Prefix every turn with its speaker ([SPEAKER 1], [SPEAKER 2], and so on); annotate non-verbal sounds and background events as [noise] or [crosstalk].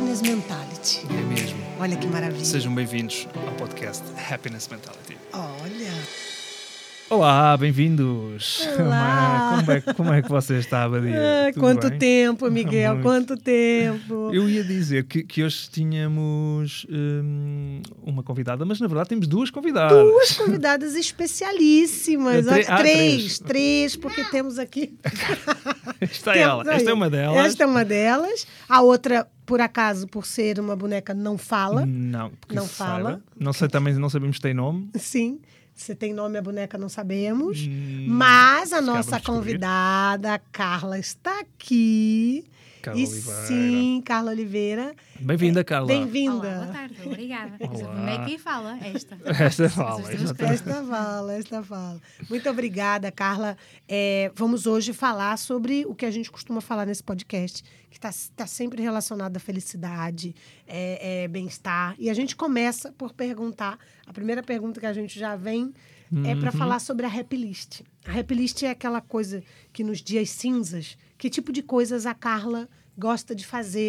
[SPEAKER 1] Mentality.
[SPEAKER 2] É mesmo.
[SPEAKER 1] Olha que maravilha.
[SPEAKER 2] Sejam bem-vindos ao podcast Happiness Mentality.
[SPEAKER 1] Olha.
[SPEAKER 2] Olá, bem-vindos.
[SPEAKER 1] Olá.
[SPEAKER 2] Como, é, como é que você está, Badia?
[SPEAKER 1] Ah,
[SPEAKER 2] É, Tudo
[SPEAKER 1] quanto
[SPEAKER 2] bem? [laughs]
[SPEAKER 1] tempo, Miguel,
[SPEAKER 2] Muito.
[SPEAKER 1] quanto tempo.
[SPEAKER 2] Eu ia dizer que, que hoje tínhamos hum, uma convidada, mas na verdade temos duas convidadas.
[SPEAKER 1] Duas convidadas especialíssimas.
[SPEAKER 2] Tre-
[SPEAKER 1] Olha,
[SPEAKER 2] ah,
[SPEAKER 1] três,
[SPEAKER 2] três.
[SPEAKER 1] três, porque temos aqui.
[SPEAKER 2] [laughs] Esta é
[SPEAKER 1] temos
[SPEAKER 2] ela, esta
[SPEAKER 1] aí.
[SPEAKER 2] é uma delas.
[SPEAKER 1] Esta é uma delas. A outra, por acaso, por ser uma boneca, não fala.
[SPEAKER 2] Não, porque
[SPEAKER 1] é Não
[SPEAKER 2] se
[SPEAKER 1] fala.
[SPEAKER 2] saiba. Não sei também, não sabemos se tem nome.
[SPEAKER 1] Sim. Se tem nome a boneca, não sabemos.
[SPEAKER 2] Hum,
[SPEAKER 1] Mas a
[SPEAKER 2] acabamos
[SPEAKER 1] nossa
[SPEAKER 2] de descobrir.
[SPEAKER 1] convidada, a Carla, está aqui.
[SPEAKER 2] Carla
[SPEAKER 1] e
[SPEAKER 2] Oliveira.
[SPEAKER 1] sim, Carla Oliveira.
[SPEAKER 2] Bem-vinda, Carla.
[SPEAKER 3] Olá,
[SPEAKER 1] É.
[SPEAKER 3] boa
[SPEAKER 1] Bem-vinda.
[SPEAKER 3] tarde, obrigada.
[SPEAKER 2] Olá.
[SPEAKER 3] Essa Como é que fala? Esta.
[SPEAKER 2] Esta fala,
[SPEAKER 3] Essas duas
[SPEAKER 2] exatamente.
[SPEAKER 1] Esta fala, esta fala. Muito obrigada, Carla. É, vamos hoje falar sobre o que a gente costuma falar nesse podcast, que está sempre relacionado à felicidade, é, é, bem-estar. E a gente começa por perguntar. A primeira pergunta que a gente já vem é para falar sobre a rap list. A rap list é aquela coisa que nos dias cinzas, que tipo de coisas a Carla gosta de fazer